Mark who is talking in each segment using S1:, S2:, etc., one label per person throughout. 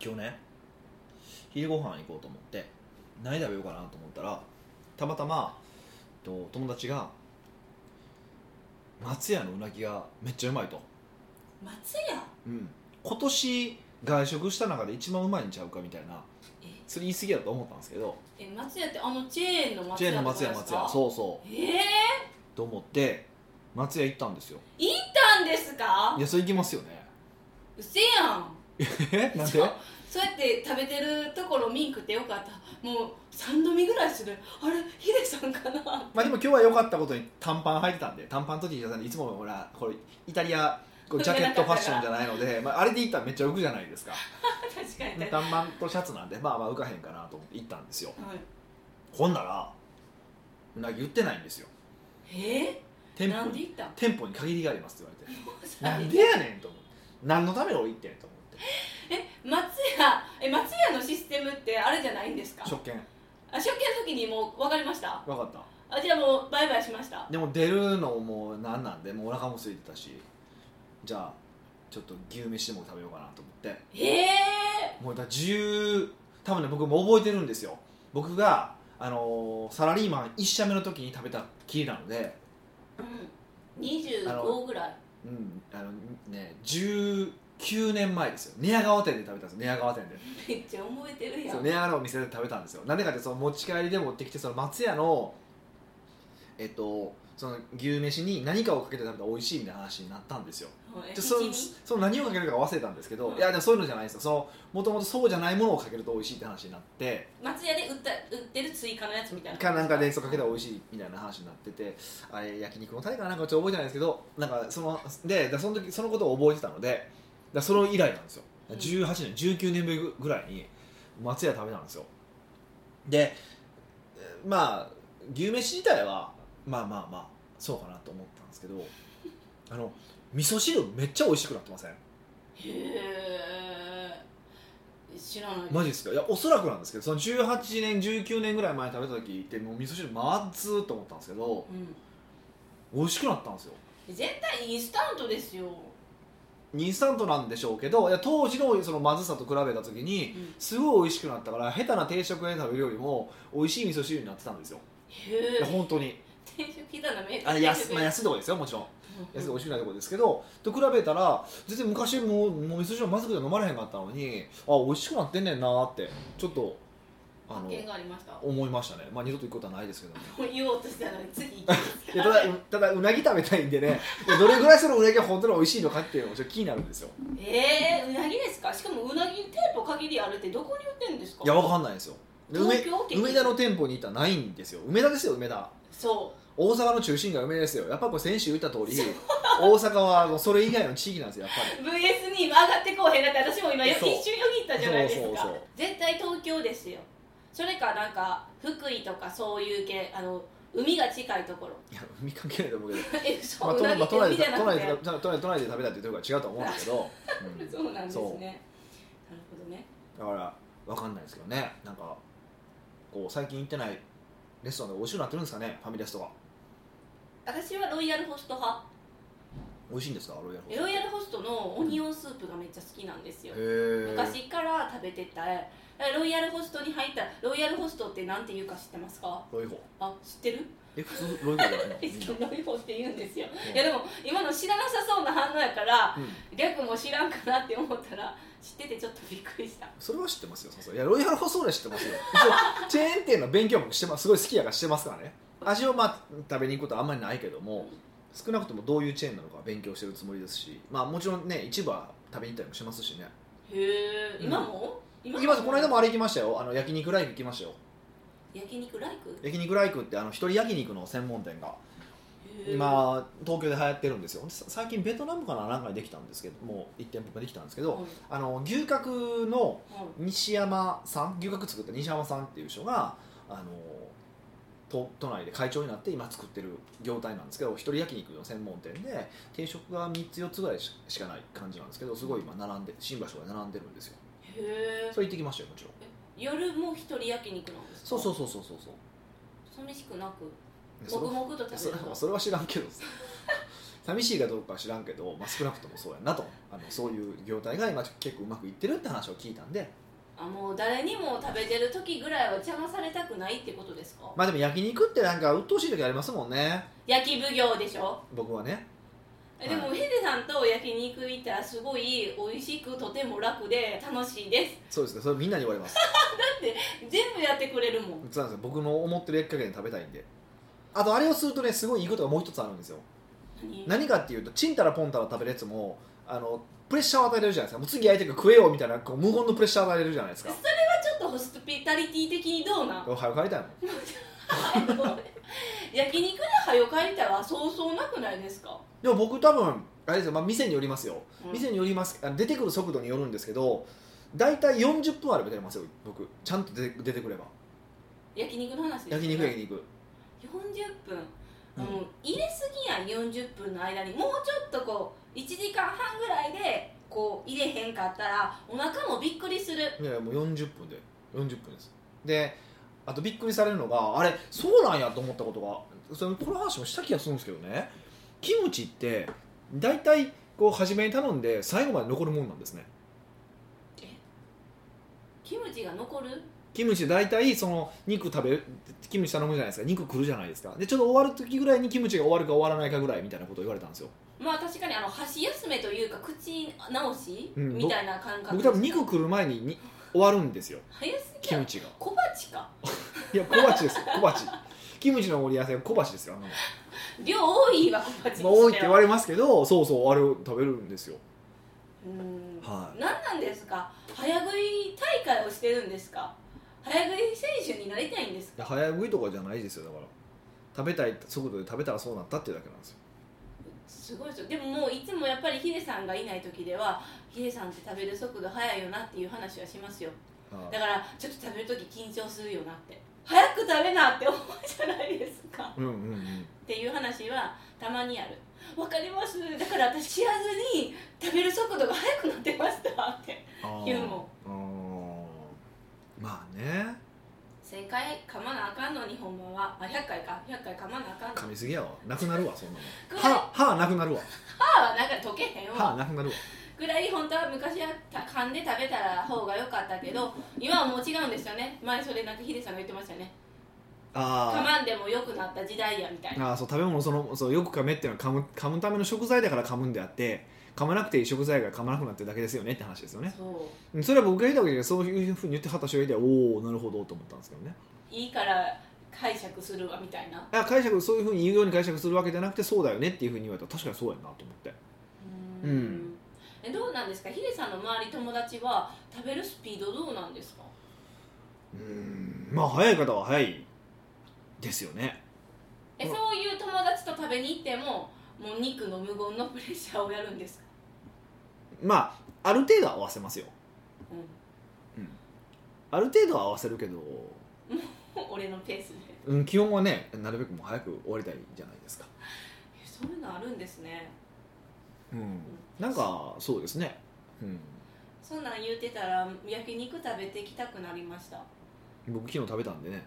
S1: 今日ね昼ご飯行こうと思って何食べようかなと思ったらたまたまえっと友達が松屋のうなぎがめっちゃうまいと、
S2: 松屋
S1: うん、今年外食した中で一番うまいんちゃうかみたいな
S2: え
S1: それ言い過ぎやと思ったんですけど
S2: え松屋ってあのチェーンの松
S1: チェ
S2: 屋
S1: ーンの
S2: って
S1: 松屋
S2: ことです
S1: 松
S2: か
S1: 屋そうそう
S2: ええ
S1: と思って松屋行ったんですよ
S2: 行ったんですか
S1: いやそれ行きますよね
S2: うせやん
S1: え なんで
S2: そうそうやって食べてるところミンクってよかったもう3度見ぐらいするあれヒデさんかな
S1: まあでも今日は良かったことに短パン履いてたんで短パンの時にいつもほらこれイタリアこうジャケットファッションじゃないの で、まあ、あれで行ったらめっちゃ浮くじゃないですか
S2: 確かに確かに、
S1: 短パンとシャツなんでまあまあ浮かへんかなと思って行ったんですよ
S2: はい、
S1: ほんならうなぎ売ってないんですよ
S2: えー、
S1: 店
S2: な
S1: 舗
S2: んで
S1: に
S2: 行ったん
S1: 店舗に限りがありますって言われて
S2: もう
S1: な
S2: さ
S1: んでやねんと思って何のために俺行ってんと思って
S2: 松屋え松屋のシステムってあれじゃないんですか
S1: 食券
S2: あ食券の時にもう分かりました
S1: 分かった
S2: あじゃあもうバイバイしました
S1: でも出るのもなんなんでもうお腹も空いてたしじゃあちょっと牛飯でも食べようかなと思って
S2: え
S1: もうだ10多分ね僕も覚えてるんですよ僕が、あのーサラリーマン1社目の時に食べたきりなので、
S2: ー、うん、25ぐらい
S1: うんあのね、19年前ですよ寝屋川店で食べたんですよ寝屋川店で
S2: めっちゃ覚えてるや
S1: そうん寝屋川のお店で食べたんですよなんでかってその持ち帰りで持ってきてその松屋のえっとその牛飯に何かをかけて食べたら美味しいみたいな話になったんですよ
S2: うんえ
S1: でそ
S2: 七
S1: の
S2: 味
S1: その何をかけるか忘れたんですけど、
S2: うん
S1: いやでもそういうのじゃないですよそのもともとそうじゃないものをかけると美味しいって話になって
S2: 松屋で売った売ってる追加のやつみたいな
S1: かなんかでそうかけたら美味しいみたいな話になっててあれ焼肉のタレかななんかちょっと覚えてないですけどなんかそのでだその時そのことを覚えてたのでだからそれ以来なんですよ
S2: うん
S1: 18年19年ぶりぐらいに松屋食べたんですよでえーまあ牛飯自体はまあまあまあそうかなと思ったんですけどあの味噌汁めっちゃ美味しくなってません
S2: へえ知らない
S1: マジですかいやおそらくなんですけどその18年19年ぐらい前に食べた時ってもう味噌汁まずっと思ったんですけど
S2: う
S1: 美味しくなったんですよ
S2: ん、絶対インスタントですよ、
S1: インスタントなんでしょうけどいや当時のそのまずさと比べた時
S2: う
S1: に
S2: ん、
S1: すごい美味しくなったから下手な定食で食べるよりも美味しい味噌汁になってたんですよ
S2: へ
S1: いや
S2: え
S1: 本当に
S2: 定食ピザのメーカ
S1: あ
S2: ー
S1: れ安,、まあ、
S2: 安
S1: 安いとこですよもちろん安いとこ美味
S2: し
S1: しくないとこですけどと比べたら全然昔もうもう味噌汁まずくて飲まれへんかったのにあ美味しくなってんねんなーってちょっとあの
S2: 発見がありました
S1: 思いましたねまあ二度と行くことはないですけ ども
S2: 言おうとしたのに次行き
S1: いやただただうなぎ食べたいんでねいやどれぐらいそのうなぎが本当に美味しいのかっていうのもちょっと気になるんですよ
S2: ええうなぎですかしかもうなぎ店舗限りあるってどこに売ってるんですか
S1: いやわかんないですよで梅
S2: 東京
S1: 梅田の店舗に行ったらないんですよ梅田ですよ梅田
S2: そ
S1: 大阪の中心街は梅田ですよやっぱこれ先週言った通り大阪はもうそれ以外の地域なんですよやっぱ
S2: う VS に上がってこうへんだって私も今よ
S1: そう
S2: 一瞬よぎったじゃないですか
S1: そうそうそう
S2: 絶対東京ですよそれかなんか福井とかそういう系あの海が近いところ
S1: りいや海関係ないと思う けど、
S2: えそう、
S1: まあ、
S2: う
S1: 都
S2: なぎ
S1: 内
S2: って
S1: 都内
S2: 海
S1: で
S2: じゃな
S1: 都
S2: く
S1: 内で都
S2: て
S1: 内都内で食べたっていうところは違うと思うんですけど、うん
S2: そうなんです
S1: そ
S2: ね。なるほどね。
S1: だからわかんないですけどねなんかこう最近行ってないレストランで美味しくなってるんですかねファミレスとか
S2: 私はロイヤルホスト派。
S1: 美味しいんですかロイヤルホスト
S2: ロイヤルホストのオニオンスープがめっちゃ好きなんですよ。
S1: へえ
S2: 昔から食べてた。ロイヤルホストに入ったロイヤルホストってなんて言うか知ってますか？
S1: ロイホ
S2: あ、知ってる？
S1: え普通ロイホじゃ ないの
S2: え
S1: みんな、
S2: ロイホって言うんですよ。
S1: うん
S2: いやでも今の知らなさそうな反応やから
S1: うん
S2: 略も知らんかなって思ったら知っててちょっとびっくりした。
S1: それは知ってますよ、そうそういやロイヤルホストぐらい知ってますよ、一応 チェーン店の勉強もしてます、すごい好きやからしてますからね、味を、まあ、食べに行くことはあんまりないけども、少なくともどういうチェーンなのか勉強してるつもりですし、まあ、もちろんね、一部は食べに行ったりもしますしね、
S2: へえ。
S1: うん
S2: 今も？今
S1: 行きますこの間もあれ行きましたよ、あの焼肉ライク行きましたよ、
S2: 焼肉ライク？
S1: 焼肉ライクってあの一人焼肉の専門店が
S2: へー。
S1: 今、東京で流行ってるんですよ、さ最近、ベトナムかな、なんかにできたんですけど、もう1店舗ができたんですけ
S2: うん。
S1: ど、あの牛角の
S2: うん
S1: 西山さん牛角作った西山さんっていう人があの都都内で会長になって今作ってる業態なんですけど一人焼肉の専門店で定食が3つ4つぐらいししかない感じなんですけどすごい今並んで新橋が並んでるんですよ
S2: へえ
S1: そ。れ行ってきましたよもちろん
S2: 夜も一人焼肉なんですか
S1: そうそうそうそうそうそう
S2: 寂しくなく
S1: でそれ
S2: 黙々と
S1: そ
S2: 食べ
S1: れ
S2: るの
S1: それは知らんけど 寂しいかどうかは知らんけど、まあ、少なくともそうやなとあのそういう業態が今結構うまくいってるって話を聞いたんで
S2: あもう誰にも食べてる時ぐらいは邪魔されたくないってことですか、
S1: まあでも焼肉ってなんか鬱陶しい時ありますもんね
S2: 焼き奉行でしょ
S1: 僕はね
S2: えでもヒデさんと焼き肉行ったらすごい美味しくとても楽で楽しいです
S1: そうですねそれみんなに言われます
S2: 全部やってくれるもん
S1: そうなんですよ僕の思ってる焼き加減食べたいんであとあれをするとねすごいいいことがもう一つあるんですよ
S2: 何
S1: 何かっていうとチンタラポンタラ食べるやつもあのプレッシャーを与えれるじゃないですかもう次焼いてるから食えよみたいなこう無言のプレッシャーを与えれるじゃないですか
S2: ちょっとホスピタリティ的にどうなん
S1: お早く帰りたいもん
S2: 焼き肉ではよ帰ったらそうそうなくないですか、
S1: でも僕多分あれですよ、まあ、店によりますよ
S2: うん
S1: 店によりますあ出てくる速度によるんですけど大体40分あれば出れますよ僕ちゃんと出て出てくれば
S2: 焼き肉の話ですよ
S1: 焼
S2: ね
S1: 肉焼肉
S2: 40分、
S1: う
S2: うんん、入れすぎやん40分の間にもうちょっとこう1時間半ぐらいでこう入れへんかったらお腹もびっくりする
S1: いやいやもう40分で40分ですであとびっくりされるのがあれそうなんやと思ったことがそのこの話もした気がするんですけどねキムチって大体こう初めに頼んで最後まで残るもんなんですね
S2: キムチが残る
S1: キムチ大体その肉食べるキムチ頼むじゃないですか肉来るじゃないですかでちょうど終わる時ぐらいにキムチが終わるか終わらないかぐらいみたいなことを言われたんですよ
S2: まあ確かにあの箸休めというか口直し、
S1: うん
S2: みたいな感覚
S1: 僕多分肉来る前にに終わるんですよ
S2: 早すぎ
S1: キ
S2: や
S1: ム
S2: ん
S1: チが
S2: 小鉢か
S1: いや小鉢ですよ小鉢キムチの盛り合わせが小鉢ですよあんなの
S2: 量多いわ小鉢にして
S1: ま
S2: は
S1: あ、多いって言われますけどそうそうあれを食べるんですよ
S2: うん
S1: はい
S2: 何なんですか早食い大会をしてるんですか早食い選手になりたいんです
S1: いや
S2: か
S1: 早食いとかじゃないですよだから食べたい速度で食べたらそうなったっていうだけなんですよ
S2: すごいですよでももういつもやっぱりヒデさんがいない時ではヒデさんって食べる速度速いよなっていう話はしますよ
S1: あ
S2: だからちょっと食べる時緊張するよなって早く食べなって思うじゃないですか
S1: うんうんうん
S2: っていう話はたまにあるわかりますだから私知らずに食べる速度が速くなってましたって
S1: あー
S2: 言うも
S1: あーまあね
S2: 1000回噛まなあかんのにほんまはあ100回か100回噛まなあかんの
S1: 噛みすぎやわなくなるわ そんなの
S2: ぐらい
S1: 歯歯なくなるわ
S2: 歯はなんか溶けへん
S1: 歯
S2: わ
S1: なくなるわ
S2: ぐらい本当は昔はた噛んで食べたら方が良かったけど今はもう違うんですよね前それなんかヒデさんが言ってましたよね噛
S1: あ
S2: まんでも良くなった時代やみたい
S1: ー
S2: な
S1: あーそう食べ物そのそうよく噛めっていうのは噛む噛むための食材だから噛むんであって噛まなくていい食材が噛まなくなってるだけですよねって話ですよね
S2: そう
S1: それは僕が言ったわけじゃないそういうふうに言ってはった人がいておおなるほどと思ったんですけどね
S2: いいから解釈するわみたいな
S1: あ解釈そういうふうに言うように解釈するわけじゃなくてそうだよねっていうふうに言われたら確かにそうやなと思って
S2: うー
S1: うん
S2: えどうなんですかヒデさんの周り友達は食べるスピードどうなんですか
S1: うーんまあ早い方は早いですよねう
S2: えそ
S1: ん
S2: ういう友達と食べに行ってももう肉の無言のプレッシャーをやるんですか、
S1: まあある程度は合わせますよある程度は合わせるけど、
S2: うん、 俺のペースで
S1: うん、基本はねなるべくもう早く終わりたいじゃないですか
S2: えそういうのあるんですね
S1: うんなんかそうですねうん
S2: そんなん言うてたら焼肉食べてきたくなりました
S1: 僕昨日食べたんでね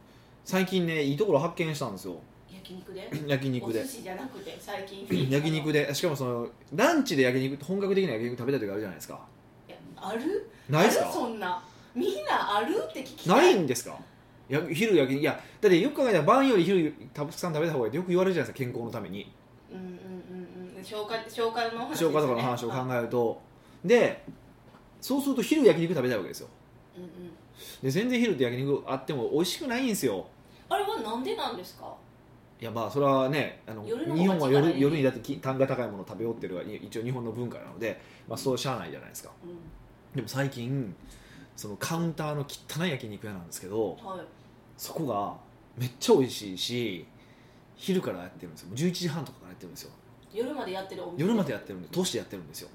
S1: 最近ねいいところ発見したん ですよ
S2: 焼肉で
S1: 焼肉
S2: お
S1: で
S2: 寿司じゃなくて最近
S1: 焼肉
S2: で
S1: でしかもそのランチで焼肉本格的な焼肉食べた時あるじゃないですか
S2: ある
S1: ないです
S2: あ
S1: か
S2: るそんなみんなあるって聞きた
S1: ない
S2: い
S1: んですかや昼焼きいやだってよく考えたら晩より昼たくさん食べた方がいいってよく言われるじゃないですか健康のために
S2: うんうんうんうん消化消化の話ですね
S1: 消化とかの話を考えるとでそうすると昼焼肉食べたいわけですよ
S2: うんうん
S1: で全然昼って焼肉あっても美味しくないんですよ
S2: あれはなんでなんですか
S1: いやまあそれはねあの
S2: 夜の方が
S1: 日本は
S2: 力入
S1: 夜
S2: れ
S1: 夜にだってき単価高いものを食べようっていうのがい一応日本の文化なので、まあ、そうしゃあないじゃないですか
S2: うん
S1: でも最近そのカウンターの汚い焼肉屋なんですけど
S2: はい
S1: そこがめっちゃ美味しいし昼からやってるんですよもう11時半とかからやってるんですよ
S2: 夜までやってるお店
S1: 夜までやってるんで通してやってるんですよ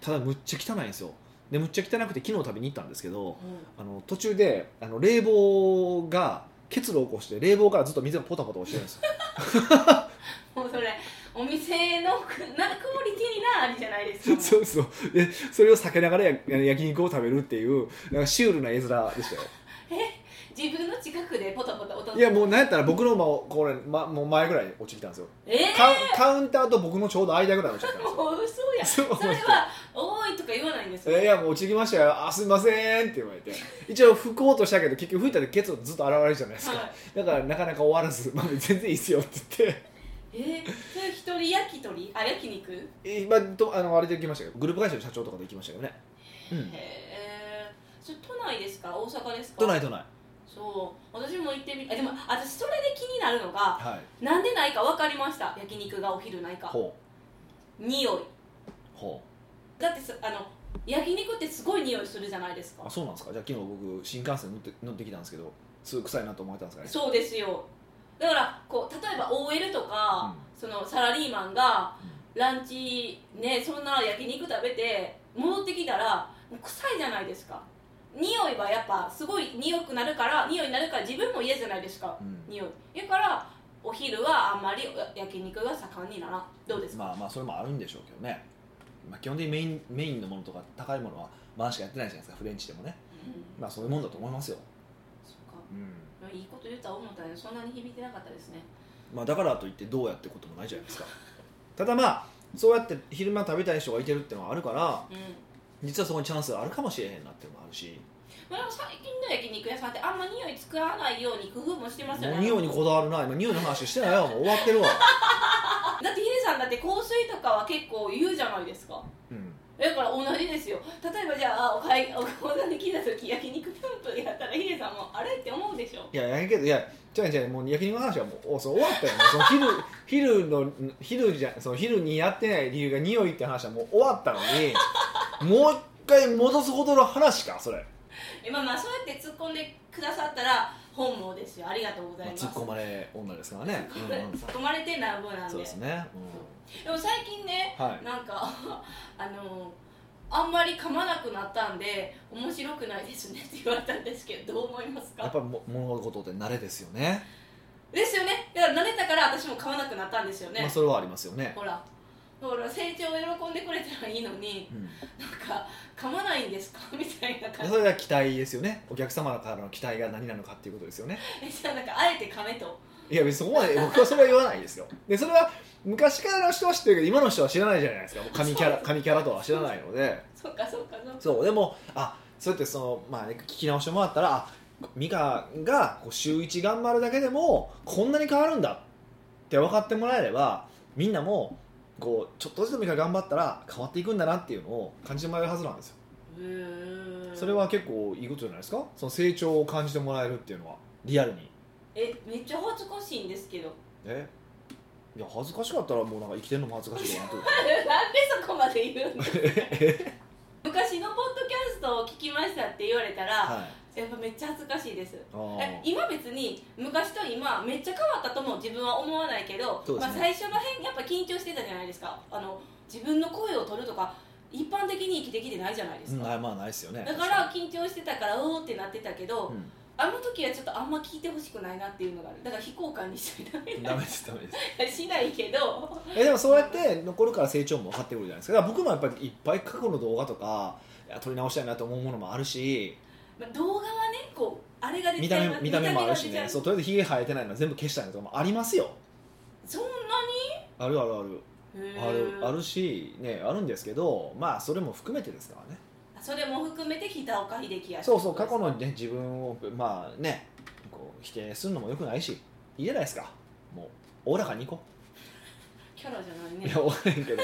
S1: ただむっちゃ汚いんですよでむっちゃ汚くて昨日食べに行ったんですけど
S2: う
S1: あの途中であの冷房が結露を起こして冷房からずっと水がポタポタ落ちてるんですよ
S2: んもうそれお店のくなクオリティになありじゃないです か
S1: そうそうでそれを避けながらや焼き肉を食べるっていうなんかシュールな絵面でしたよ
S2: 自分の近くでポタポタ音
S1: いやもうなんやったら僕のもうこれ、ま、もう前ぐらいに落ちてきたんですよ、
S2: ええ
S1: カウンカウンターと僕のちょうど間ぐらいに落ちてきたんですよ
S2: もう嘘や
S1: そう
S2: それは「おーい」とか言わないんです
S1: えーいやもう落ちてきましたよあすいませんって言われて一応拭こうとしたけど結局拭いたらケツずっと現れるじゃないですか、
S2: はい
S1: だからなかなか終わらず「まあ、全然いいっすよ」って言って
S2: えー、それ一人焼き鳥あ焼き肉へ
S1: えーまあとあのあれで行きましたけどグループ会社の社長とかで行きましたけどね、うん、
S2: えそれ都内ですか大阪ですか
S1: 都内都内
S2: そう私も行ってみあでも私それで気になるのが
S1: はい
S2: なんでないか分かりました焼肉がお昼ないか
S1: ほ
S2: 匂いう
S1: ほ
S2: だってさあの焼肉ってすごい匂いするじゃないです
S1: うあ
S2: か
S1: そうなんですかじゃあ昨日僕新幹線乗って乗ってきたんですけどすごい臭いなと思えたんですかね
S2: そうですよだからこう例えば OL とか、そのサラリーマンがランチねそんな焼肉食べて戻ってきたらもう臭いじゃないですか匂いはやっぱすごい匂くなるから匂いになるから自分も嫌じゃないですか
S1: うん、うん
S2: 匂いだからお昼はあんまり焼肉が盛んにならんどうですか、
S1: まあまあそれもあるんでしょうけどね、まあ、基本的にメインメインのものとか高いものはまあしかやってないじゃないですかフレンチでもね
S2: うん
S1: まあそういうもんだと思いますよ、
S2: そ
S1: うん
S2: っかいいこと言った思ったのにそんなに響いてなかったですね
S1: まあ、だからといってどうやってこともないじゃないですかただまあそうやって昼間食べたい人がいてるってのはあるから
S2: うん
S1: 実はそこにチャンスがあるかもしれへんなっていうのもあるし
S2: まあ、でも最近の焼肉屋さんってあんま匂い使わないように工夫もしてますよ
S1: も
S2: ね
S1: う匂いにこだわるな今匂いの話してないよもう終わってるわ、
S2: だってヒデさんだって香水とかは結構言うじゃないですか
S1: うん、
S2: だから同じですよ例えばじゃあおかいお講座に来た時焼肉プンプンやったらヒデさんもあれって思うでしょ
S1: いややけどいや違う違うもう焼肉の話はもうおそう終わったよ、ね、その昼昼の昼じゃその昼にやってない理由が匂いって話はもう終わったのにもう一回戻すほどの話かそれ、
S2: えまあまあそうやって突っ込んでくださったら本望ですよありがとうござい
S1: まあ、
S2: ます、
S1: 突っ込まれ女ですからね、うんうん
S2: 突っ込まれてなんぼなんで
S1: そうですね、
S2: でも最近ね
S1: うん、はい
S2: なんかあのあんまり噛まなくなったんで面白くないですねって言われたんですけどどう思います
S1: やっ
S2: か
S1: ぱりも物事って慣れですよね
S2: ですよねだから慣れたから私も噛まなくなったんですよね、
S1: まあそれはありますよね、
S2: ほらだから成長を喜んでくれたらいいのに
S1: うん、
S2: なんか噛まないんですか みたいな感じ
S1: それが期待ですよねお客様からの期待が何なのかっていうことですよね
S2: えじゃあなんかあえて噛めと
S1: いや別にそこまで 僕はそれは言わないですよでそれは昔からの人は知ってるけど今の人は知らないじゃないですかもう神キャラ神キャラとは知らないので
S2: そうかそうかそうか
S1: そうでもあそうやってその、まあね聞き直してもらったらあ美香がこう週1頑張るだけでもこんなに変わるんだって分かってもらえればみんなもこうちょっとずつ美香頑張ったら変わっていくんだなっていうのを感じてもらえるはずなんですよ
S2: うーん
S1: それは結構いいことじゃないですかその成長を感じてもらえるっていうのはリアルに
S2: えめっちゃ恥ずかしいんですけど
S1: えいや恥ずかしかったらもうなんか生きてるのも恥ずかしいかなと思って
S2: なんでそこまで言うんです か昔のポッドキャストを聞きましたって言われたら、
S1: はい
S2: やっぱめっちゃ恥ずかしいです
S1: あー
S2: え今別に昔と今めっちゃ変わったとも自分は思わないけど、
S1: そうです
S2: ま
S1: ね
S2: あ、最初の辺やっぱ緊張してたじゃないですかあの自分の声を取るとか一般的に生きてきてないじゃないで
S1: う
S2: す
S1: ん
S2: か、
S1: ないまあないですよね
S2: だから緊張してたからおーってなってたけど、
S1: うん
S2: あの時はちょっとあんま聞いてほしくないなっていうのがあるだから非公開にしない
S1: ダメですダメです
S2: なしないけど
S1: えでもそうやって残るから成長も分かってくるじゃないですかだから僕もやっぱりいっぱい過去の動画とかいや撮り直したいなと思うものもあるし
S2: まあ動画はねこうあれが出
S1: 見
S2: ち
S1: た
S2: ゃ
S1: 目
S2: います
S1: 見た目もあるし
S2: 見た目
S1: ね
S2: が出ちゃ
S1: そううとりあえずひげ生えてないのは全部消したいのとかもありますよ
S2: そんな
S1: あるあるある
S2: に
S1: あ
S2: へ
S1: る
S2: ー
S1: あるしねあるんですけどまあそれも含めてですからね
S2: それも含めて北岡秀樹や
S1: そうそう過去のね自分をまあねこう否定するのもよくないしいいじゃないですかもうおおらかにいこ、
S2: キャラじゃないうね
S1: いやおらへん けど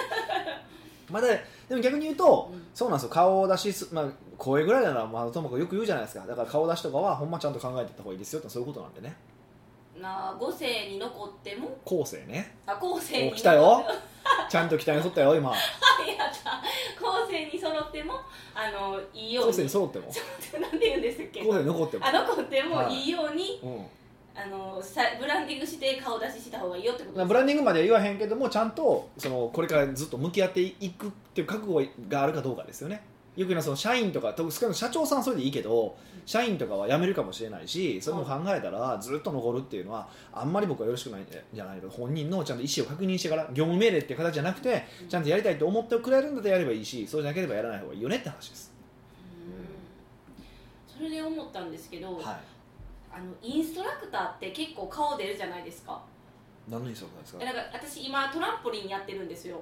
S1: まあだでも逆に言うと
S2: うん
S1: そうなんですよ顔出しす、まあ、声ぐらいならまあともかくよく言うじゃないですかだから顔出しとかはほんまちゃんと考えてった方がいいですよってそういうことなんでね
S2: なあ五世に残っても
S1: 後世ね
S2: あ後世に
S1: お
S2: 残っても
S1: 来たよちゃんと期待に沿ったよ今
S2: やった後世に揃ってもあのいいように
S1: 後世に揃っても
S2: ちょっとなんて言うんですっけ
S1: 後世に残っても
S2: あ残ってもいいように、
S1: うん
S2: あのさブランディングして顔出しした方がいいよってこと
S1: まあブランディングまでは言わへんけどもちゃんとそのこれからずっと向き合っていくっていう覚悟があるかどうかですよねよく言うのはその社員とかと少なくとも社長さんはそれでいいけど社員とかは辞めるかもしれないしそういうのを考えたらずっと残るっていうのはあんまり僕はよろしくないんじゃないか本人のちゃんと意思を確認してから業務命令っていう形じゃなくて
S2: うん
S1: ちゃんとやりたいと思ってくれるんだったらやればいいしそうじゃなければやらない方がいいよねって話です、
S2: うんそれで思ったんですけど、
S1: はい、
S2: あのインストラクターって結構顔出るじゃないですか
S1: 何のインストラクター
S2: え
S1: ですかへ
S2: なんか私今トランポリンやってるんですよ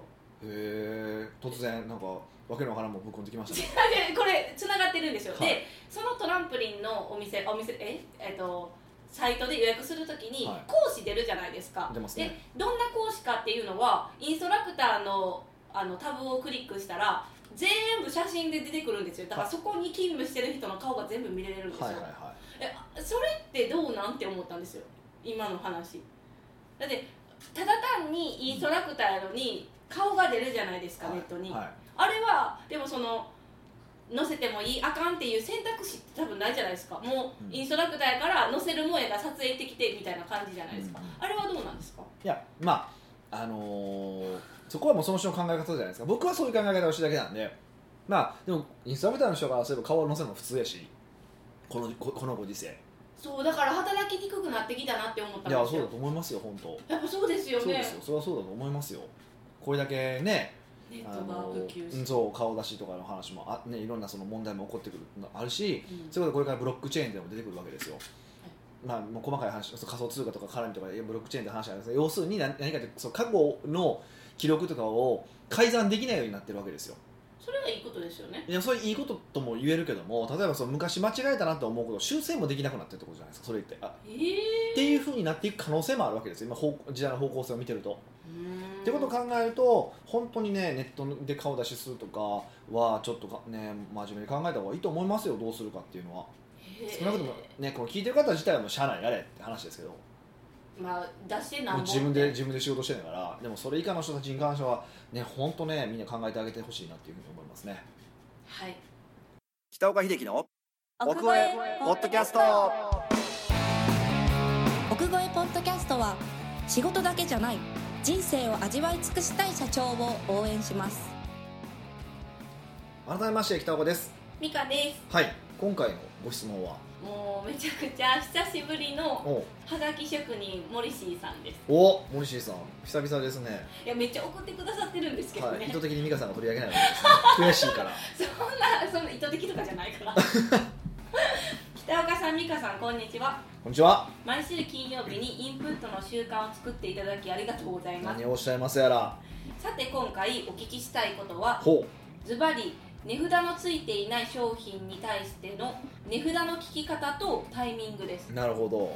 S1: え突然なんかわけのわからんもんぶっ込んできましたね
S2: でこれつながってるんですよ、
S1: はい
S2: でそのトランポリンのお店お店ええっとサイトで予約するときに
S1: はい
S2: 講師出るじゃないです か、
S1: 出ますね
S2: でどんな講師かっていうのはインストラクターのあのタブをクリックしたら全部写真で出てくるんですよだからそこに勤務してる人の顔が全部見れるんですよ、
S1: はいはいは
S2: えそれってどうなんて思ったんですよ今の話だってただ単にインストラクターやのに顔が出るじゃないですか、
S1: い
S2: ネットに、
S1: はい
S2: あれはでもその載せてもいいあかんっていう選択肢って多分ないじゃないですかもう
S1: うん
S2: インストラクターやから載せるもんやから撮影行ってきてみたいな感じじゃないですか、
S1: うん
S2: あれはどうなんですか
S1: いやまああのーそこはもうその人の考え方じゃないですか僕はそういう考え方をしてるだけなんでまあでもインストラクターの人からすれば顔を載せるの普通やしこのここのご時世い
S2: そうだから働きにくくなってきたなって思ったん
S1: や
S2: です
S1: そうだ
S2: よ
S1: と思いますよ本当
S2: やっぱそうですよ
S1: そうで
S2: ね
S1: すよそれはそうだと思いますよこれだけね、
S2: ネッ
S1: あ
S2: トが
S1: の
S2: 普及
S1: うん
S2: して、
S1: そう顔出しとかの話もあ、ね、いろんなその問題も起こってくるのあるし
S2: うん
S1: そういうことでこれからブロックチェーンでも出てくるわけですよ、まあ、もう細かい話そう仮想通貨とか絡みとかいやブロックチェーンって話ありますけど要するに何何かってそう過去の記録とかを改ざんできないようになってるわけですよ
S2: それはいいことですよね
S1: いやそれいいこととも言えるけども例えばその昔間違えたなと思うことを修正もできなくなってるってことじゃないですかそれってあっ
S2: ええ
S1: ていうふうになっていく可能性もあるわけですよ今方時代の方向性を見てると
S2: ー、
S1: ってことを考えると本当にねネットで顔出しするとかはちょっとかね真面目に考えた方がいいと思いますよどうするかっていうのは
S2: へー
S1: 少なくともねこの聞いてる方自体はもう社内やれって話ですけど
S2: まあ出してなんぼって
S1: 自分で自分で仕事してるからでもそれ以下の人たちに関してはね本当ねみんな考えてあげてほしいなっていうふうに思いますね
S2: はい
S1: 北岡秀樹の
S3: 奥越えポッドキャスト奥越えポッドキャストは仕事だけじゃない人生を味わい尽くしたい社長を応援します
S1: 改めまして北岡です
S2: ミカです
S1: はい今回のご質問は
S2: もうめちゃくちゃ久しぶりの
S1: お
S2: はがき職人モリシーさんです
S1: お森氏さん久々ですね
S2: いやめっちゃ送ってくださってるんですけど
S1: はい、
S2: ね、
S1: 意図的に美香さんが取り上げないわけです、ね、悔しいから
S2: そんなその意図的とかじゃないから 北岡さん美香さんこんにちは
S1: こんにちは
S2: 毎週金曜日にインプットの習慣を作っていただきありがとうございます
S1: 何をおっしゃいますやら
S2: さて今回お聞きしたいことは
S1: ほ
S2: ズバリ値札のついていない商品に対しての値札の聞き方とタイミングです
S1: うなるほど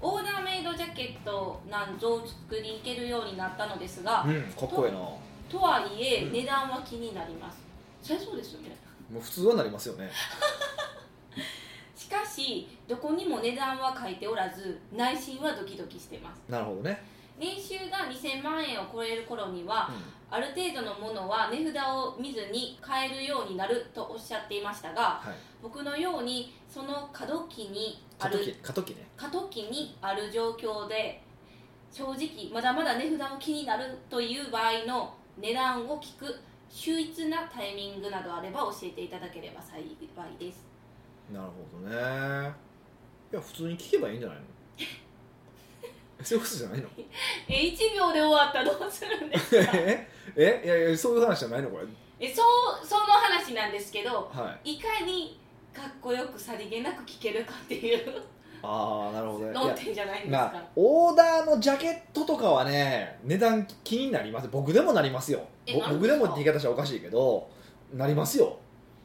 S2: オーダーメイドジャケットなんぞを作りに行けるようになったのですが、
S1: うんかっこいいなも
S2: とはいえ
S1: うん
S2: 値段は気になります、そりゃそうですよね
S1: う普通はなりますよね
S2: しかしどこにも値段は書いておらず内心はドキドキしてます
S1: なるほどね、
S2: 年収が2000万円を超える頃には
S1: うん
S2: ある程度のものは値札を見ずに買えるようになるとおっしゃっていましたが
S1: はい
S2: 僕のようにその過渡期にあ
S1: 過渡期
S2: る
S1: 過渡期ね
S2: 過渡期にある状況で正直まだまだ値札も気になるという場合の値段を聞く秀逸なタイミングなどあれば教えていただければ幸いです
S1: なるほどねいや普通に聞けばいいん じゃないのそういうことじゃないの
S2: え1秒で終わったらどうするんですか
S1: ええいやいやそういう話じゃないのこれ
S2: えそうその話なんですけど
S1: はい
S2: いかにかっこよくさりげなく聞けるかっていう
S1: ああなるほどねい
S2: 論
S1: や
S2: 点じゃないんですか、
S1: まあ、オーダーのジャケットとかはね値段気になります僕でもなりますよ
S2: え
S1: ぼ
S2: なん
S1: 僕
S2: で
S1: です
S2: か
S1: もって言い方したらおかしいけどなりますよ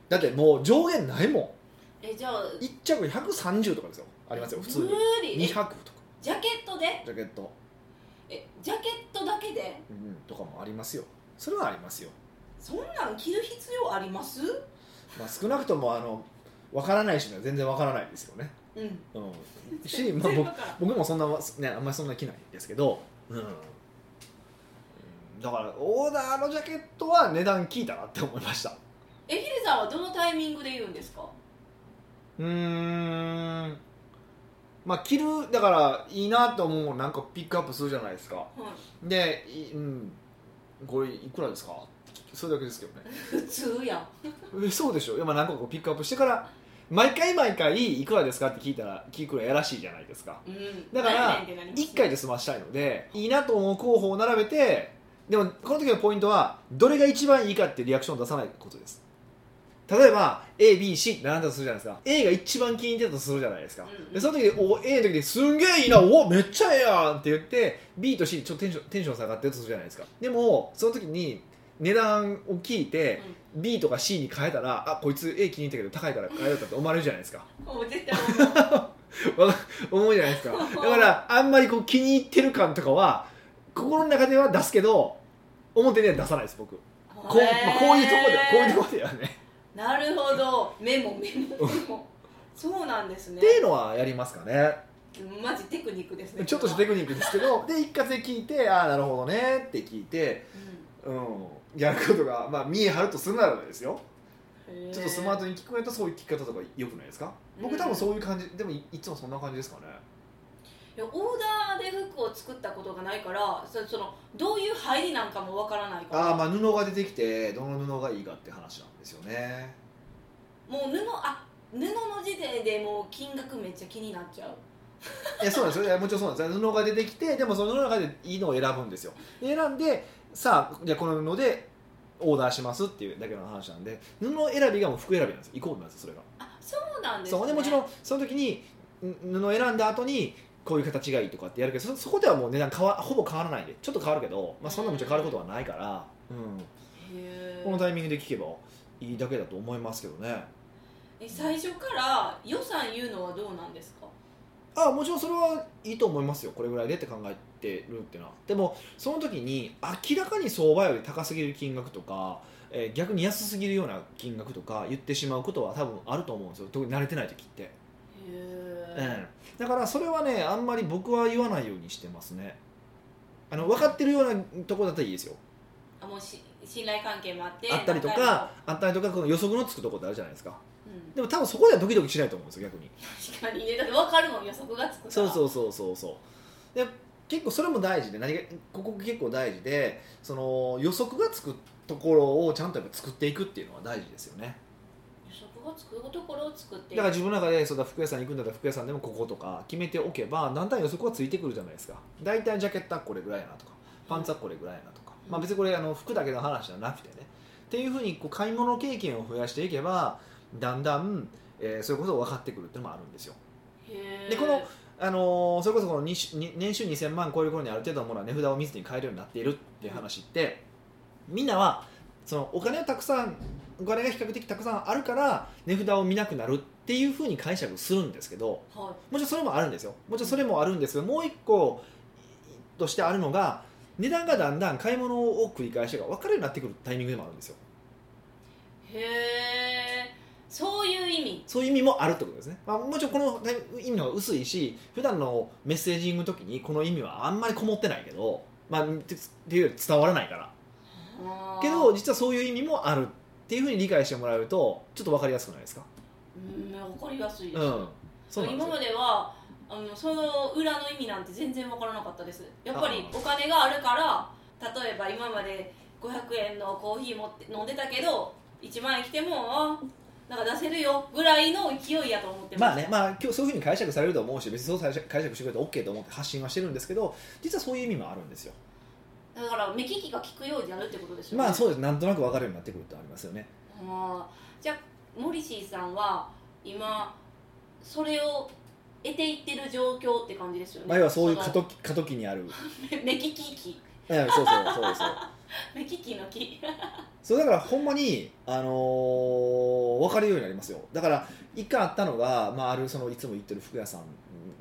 S1: だってもう上限ないも
S2: えじゃあ
S1: ん1着130とかですよありますよ普通
S2: 無
S1: に200
S2: 理え
S1: とか
S2: ジャケットで
S1: ジャケット、
S2: えジャケットだけで
S1: うん、とかもありますよそれはありますよ
S2: そんなん着る必要あります
S1: まあ、少なくともあの分からない人には全然分からないですよね、
S2: うん
S1: うん、し、まあ、
S2: 全部
S1: 僕
S2: から
S1: 僕もそんな、ね、あんまりそんな着ないですけど、うんうん、だからオーダーのジャケットは値段聞いたなって思いました
S2: えヒデさんはどのタイミングで言うんですか
S1: うーんまあ着るだからいいなと思うものなんかピックアップするじゃないですか
S2: はい
S1: で、いうん、これいくらですかってそれだけですけどね
S2: 普通やん
S1: えそうでしょいやまあ何個かこうピックアップしてから毎回毎回いくらですかって聞いたら聞くのやらしいじゃないですか
S2: うん
S1: だから
S2: 何年ってなります
S1: 1回で済ましたいのでいいなと思う候補を並べてでもこの時のポイントはどれが一番いいかってリアクションを出さないことです例えば ABC 並んだとするじゃないですか A が一番気に入ってたとするじゃないですか、
S2: うん
S1: でその時にお A の時に「すんげえいいなおめっちゃええやん!」って言って B と C ちょっとテンションテンション下がってるとするじゃないですかでもその時に値段を聞いて、B とか C に変えたらあこいつ A 気に入ったけど高いから変えようかって思われるじゃないですか
S2: もう絶対思う
S1: わか思うじゃないですかだからあんまりこう気に入ってる感とかは心の中では出すけど表には出さないです僕こう,、まあ、こういうところではこういうところではね
S2: なるほどメモメモメモそうなんですね
S1: っていうのはやりますかね
S2: マジテクニックですね
S1: ちょっとしたテクニックですけどで一括で聞いてああなるほどねって聞いて、うん、やることが、まあ、見え張るとするならばですよちょっとスマート
S2: に
S1: に聞くんやったらそういう聞き方とか良くないですか
S2: う
S1: 僕
S2: ん
S1: 多分そういう感じでもいいつもそんな感じですかね
S2: オーダーで服を作ったことがないからそそのどういう入りなんかもわからないから
S1: ああまあ布が出てきてどの布がいいかって話なんですよね
S2: もう布あ布の時点でもう金額めっちゃ気になっちゃう
S1: いやそうなんですよいやもちろんそうなんですよ布が出てきてでもその布の中でいいのを選ぶんですよで選んでさあじゃあこの布でオーダーしますっていうだけの話なんで布選びがもう服選びなんですよイコールなんですよそれが
S2: あそうなんです、ね、
S1: そうでもちろんその時にん布を選んだ後にこういう形がいいとかってやるけどそそこではもう値段変わほぼ変わらないんでちょっと変わるけど、まあ、そんなもちろん変わることはないから、うん、
S2: へー
S1: このタイミングで聞けばいいだけだと思いますけどね
S2: え最初から予算言うのはどうなんですか
S1: あもちろんそれはいいと思いますよこれぐらいでって考えてるっていうのはでもその時に明らかに相場より高すぎる金額とか、えー逆に安すぎるような金額とか言ってしまうことは多分あると思うんですよ特に慣れてない時って、
S2: へ
S1: うん、
S2: ー
S1: だからそれはねあんまり僕は言わないようにしてますねあの分かってるようなところだったらいいですよ
S2: あもうし信頼関係もあって
S1: あったりと
S2: 仲良
S1: かあったりとかこの予測のつくところってあるじゃないですか
S2: くうん
S1: でも多分そこではドキドキしないと思うんですよ逆に
S2: 確かにねだって分かるもん予測がつくから
S1: そう
S2: う
S1: そうそうそうそうで結構それも大事で何がここ結構大事でその予測がつくところをちゃんとやっぱ作っていくっていうのは大事ですよね
S2: 予測がつくところを作って
S1: だから自分の中でそうだ服屋さん行くんだったら服屋さんでもこことか決めておけばだんだん予測はついてくるじゃないですか大体ジャケットはこれぐらいやなとかパンツはこれぐらいやなとか、
S2: うん
S1: まあ、別にこれあの服だけの話じゃなくてねっていうふうにこう買い物経験を増やしていけばだんだん、えーそれこそ分かってくるっていうのもあるんですよ
S2: へー
S1: でこのあのーそれこそこのにしに年収2000万超える頃にある程度のものは値札を見ずに買えるようになっているっていう話って、みんなはそのお金をたくさんお金が比較的たくさんあるから値札を見なくなるっていうふうに解釈するんですけど
S2: はい
S1: もちろんそれもあるんですよもちろんそれもあるんですけどもう一個としてあるのが値段がだんだん買い物を繰り返しが分かるようになってくるタイミングでもあるんですよ
S2: へえそういう意味
S1: そういう意味もあるってことですね、まあ、もちろんこのね意味の方が薄いし普段のメッセージングの時にこの意味はあんまりこもってないけど、まあ、てっていうより伝わらないから
S2: あー
S1: けど実はそういう意味もあるっていうふうに理解してもらえるとちょっと分かりやすくないですか
S2: うん分かりやすいです、
S1: うんそうなんです
S2: 今ま
S1: よ
S2: ではあのその裏の意味なんて全然分からなかったですやっぱり
S1: あー
S2: お金があるから例えば今まで500円のコーヒー持って飲んでたけど1万円来てもあなんか出せるよぐらいの勢いやと思ってま
S1: まあ
S2: した
S1: ね、まあ、今日そういうふうに解釈されると思うし別にそう解釈解釈してくれて OK と思って発信はしてるんですけど実はそういう意味もあるんですよ
S2: だから目利きが効くようになるってことですよね
S1: まあそうですなんとなく分かるようになってくるってありますよね
S2: あーじゃあモリシーさんは今それを得ていってる状況って感じですよね
S1: まあ要はそういう過
S2: そ
S1: 渡
S2: の
S1: 期過渡期にあるうん
S2: 目利き機
S1: そうそうそうそう
S2: 目利きの木
S1: そうだからほんまに、あのー分かるようになりますよだから一回あったのが、まあ、あるそのいつも行ってる服屋さ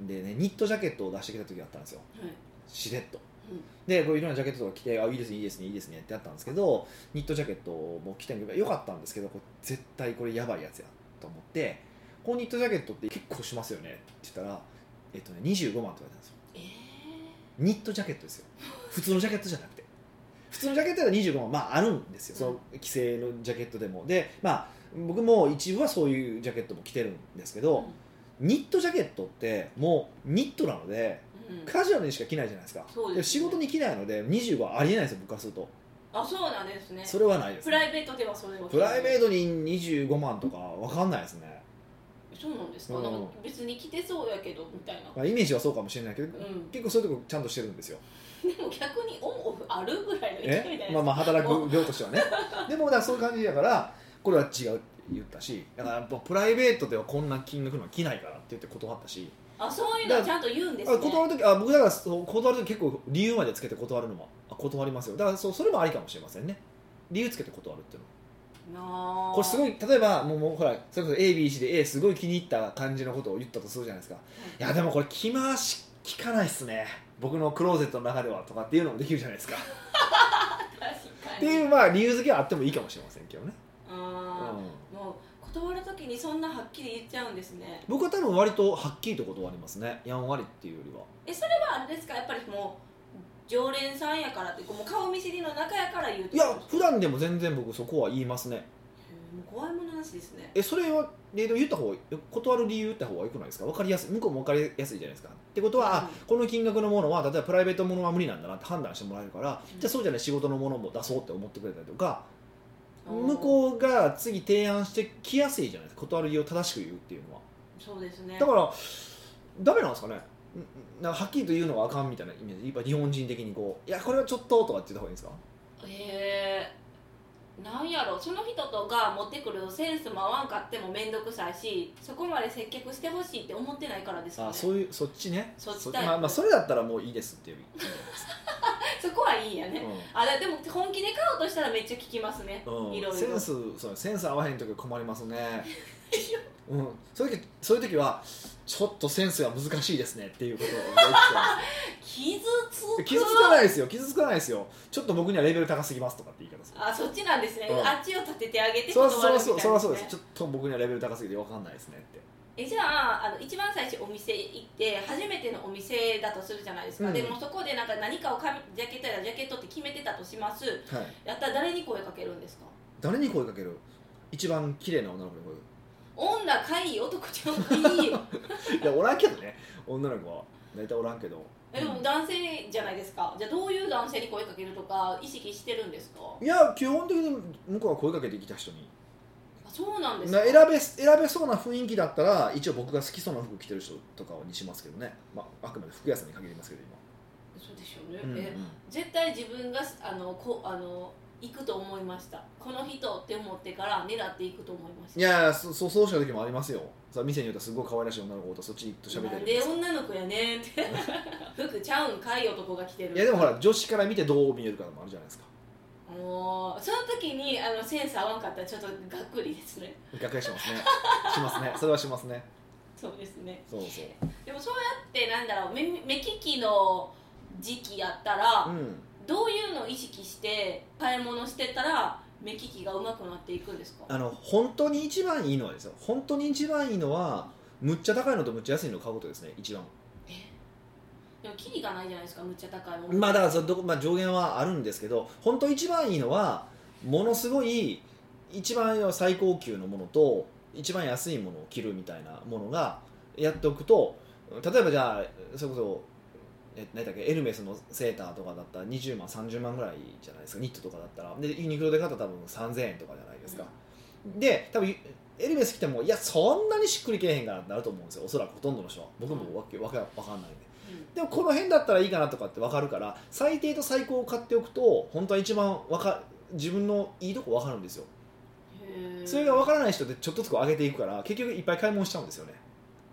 S1: んでねニットジャケットを出してきた時があったんですよしれっと、
S2: うん
S1: でこういろんなジャケットとか着てあいいですねいいですねいいですねってやったんですけどニットジャケットも着てんけどよかったんですけどこれ絶対これやばいやつやと思ってこのニットジャケットって結構しますよねって言ったらえっとね25万って言われたんですよ
S2: え
S1: ニットジャケットですよ普通のジャケットじゃなくて普通のジャケットは25万まああるんですよその既製のジャケットでもでまあ僕も一部はそういうジャケットも着てるんですけど、ニットジャケットってもうニットなので
S2: ーうん、
S1: カジュアルにしか着ないじゃないですか
S2: そうですね
S1: も仕事に着ないので25はありえないですよ僕からすると
S2: あそうなんですね
S1: それはないです
S2: プライベートではそれは
S1: プライベー
S2: ト
S1: トに25万とかわかんないですね、
S2: そうなんですか,、
S1: うん
S2: なんか別に着てそうやけどみたいな
S1: まあ、イメージはそうかもしれないけど、
S2: うん
S1: 結構そういうとこちゃんとしてるんですよ
S2: でも逆にオンオフあるぐらいの勢いじゃない
S1: え
S2: です
S1: ま
S2: か
S1: あまあ働く量としてはねでもだからそういう感じだからこれは違うっていう言ったしだからやっぱプライベートではこんな金額のは着ないからって言って断ったし、
S2: あそういうのちゃんと言うんです
S1: あ
S2: ね
S1: 断る時あ僕だからそう断る時結構理由までつけて断るのもあ断りますよだからそうそれもありかもしれませんね理由つけて断るっていうのは
S2: あー
S1: これすごい例えばもうもうほらそれこそ ABC で A すごい気に入った感じのことを言ったとするじゃないですかいやでもこれ着回し聞かないっすね僕のクローゼットの中ではとかっていうのもできるじゃないですかっ
S2: 確か
S1: て
S2: に
S1: いうまあ理由付けはあってもいいかもしれませんけどね、う
S2: あ
S1: ん、
S2: ーもう断る時にそんなはっきり言っちゃうんですね
S1: 僕は多分割とはっきりと断りますねやんわりっていうよりは
S2: えそれはあれですかやっぱりもう常連さんやからってもう顔見知りの仲やから言うと
S1: いや普段でも全然僕そこは言いますね
S2: もう怖いものなしですね
S1: えそれは、えーと言った方が断る理由言った方がよくないですか分かりやすい向こうも分かりやすいじゃないですかってことは、あ
S2: うん
S1: この金額のものは例えばプライベートものは無理なんだなって判断してもらえるから、
S2: うん
S1: じゃあそうじゃない仕事のものも出そうって思ってくれたりとか、
S2: あー
S1: 向こうが次提案してきやすいじゃないですか断る理由を正しく言うっていうのは
S2: そうですね
S1: だからダメなんですかねんなんかはっきりと言うのはあかんみたいなイメージやっぱ日本人的にこういやこれはちょっととかって言った方がいいんですか
S2: へえなんやろその人とか持ってくるセンスも合わんかっても面倒くさいしそこまで接客してほしいって思ってないからですかね
S1: あそういうそっちね
S2: そっちタイプ
S1: まあ、まあそれだったらもういいですっていう、
S2: そこはいいんや ね、
S1: うん
S2: あででも本気で買おうとしたらめっちゃ聞きますね、
S1: うん
S2: いろいろ
S1: センスそうセンス合わへん時は困りますね、うん、そういう時そういう時はちょっとセンスが難しいですねっていうことを言っ
S2: 傷つ
S1: て
S2: く
S1: 傷つかないですよ傷つかないですよちょっと僕にはレベル高すぎますとかって言い方する
S2: あそっちなんですね、
S1: うん
S2: あっちを立ててあげて
S1: そう
S2: 断
S1: そ
S2: る
S1: う
S2: みたい
S1: そう
S2: な
S1: そ
S2: ね
S1: うそうですちょっと僕にはレベル高すぎて分かんないですねって
S2: えじゃああの一番最初お店行って初めてのお店だとするじゃないですか、
S1: うん
S2: でもそこでなんか何かをかみジャケットやジャケットって決めてたとします
S1: はい
S2: やったら誰に声かけるんですか
S1: 誰に声かける一番綺麗な女の子に声か
S2: 女かいい男ちゃんかいい
S1: けるいやおらんけどね女の子は大体おらんけど
S2: えでも男性じゃないですかじゃあどういう男性に声かけるとか意識してるんですか
S1: いや基本的に向こうが声かけてきた人に
S2: あそうなんです
S1: な
S2: か
S1: 選べ選べそうな雰囲気だったら一応僕が好きそうな服着てる人とかにしますけどね、まあ、あくまで服屋さんに限りますけど
S2: そうでしょうね、
S1: 今、うんうん
S2: え絶対自分があのこあの行くと思いましたこの人って思ってから狙っていくと思いました
S1: いやいやそそうそうした時もありますよさ店によってはすごい可愛らしい女の子とそっちに行くと喋っ
S2: な
S1: た
S2: ん
S1: り
S2: で
S1: とか
S2: 女の子やねんって 服ちゃうんかい男が着てる
S1: いやでもほら女子から見てどう見えるかもあるじゃないですか
S2: もうその時にあのセンス合わんかったらちょっとがっくりですね
S1: 逆にしますね しますねそれはしますね
S2: そうですね
S1: そうそう
S2: でもそうやってなんだろう目目利きの時期やったら、
S1: うん
S2: どういうのを意識して買い物してたら目利きがうまくなっていくんですか
S1: あの本当に一番いいのはですよ本当に一番いいのはむっちゃ高いのとむっちゃ安いのを買うことですね一番
S2: でもキリがないじゃないですかむっちゃ高いもの
S1: まあだからそれどこ、まあ、上限はあるんですけど本当一番いいのはものすごい一番最高級のものと一番安いものを着るみたいなものがやっておくと例えばじゃあそれこそえ何だっけエルメスのセーターとかだったら20万30万ぐらいじゃないですかニットとかだったらでユニクロで買ったら多分3000円とかじゃないですか、で多分エルメス着てもいやそんなにしっくりけえへんかなってなると思うんですよおそらくほとんどの人は僕もわけわかわかんないんで
S2: うん
S1: でもこの辺だったらいいかなとかって分かるから最低と最高を買っておくと本当は一番わか自分のいいとこ分かるんですよ
S2: へー
S1: それが分からない人ってちょっとずつこう上げていくから結局いっぱい買い物しちゃうんですよね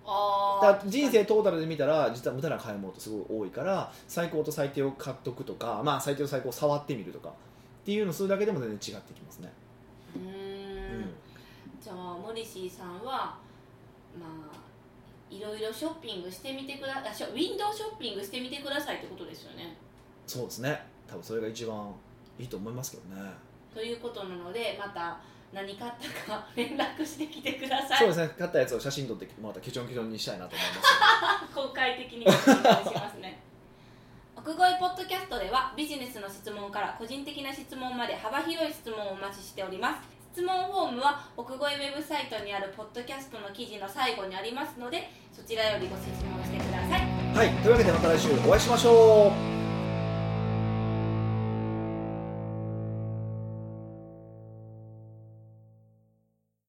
S2: あ
S1: だ
S2: ー
S1: から人生トータルで見たら実は無駄な買い物ってすごい多いから最高と最低を買っとくとか、まあ、最低と最高を触ってみるとかっていうのをするだけでも全然違ってきますね、
S2: うーんじゃあモリシーさんはまあいろいろショッピングしてみてくださいウィンドウショッピングしてみてくださいってことですよね
S1: そうですね多分それが一番いいと思いますけどね
S2: ということなのでまた何買ったか 連絡してきてくださ
S1: そう
S2: い
S1: ですね買ったやつを写真撮ってもらったらケチョンケチョンにしたいなと思います
S2: 公開的にお願いしますね 奥越ポッドキャストではビジネスの質問から個人的な質問まで幅広い質問をお待ちしております質問フォームは奥越ウェブサイトにあるポッドキャストの記事の最後にありますのでそちらよりご質問してください
S1: はい、というわけでまた来週お会いしましょう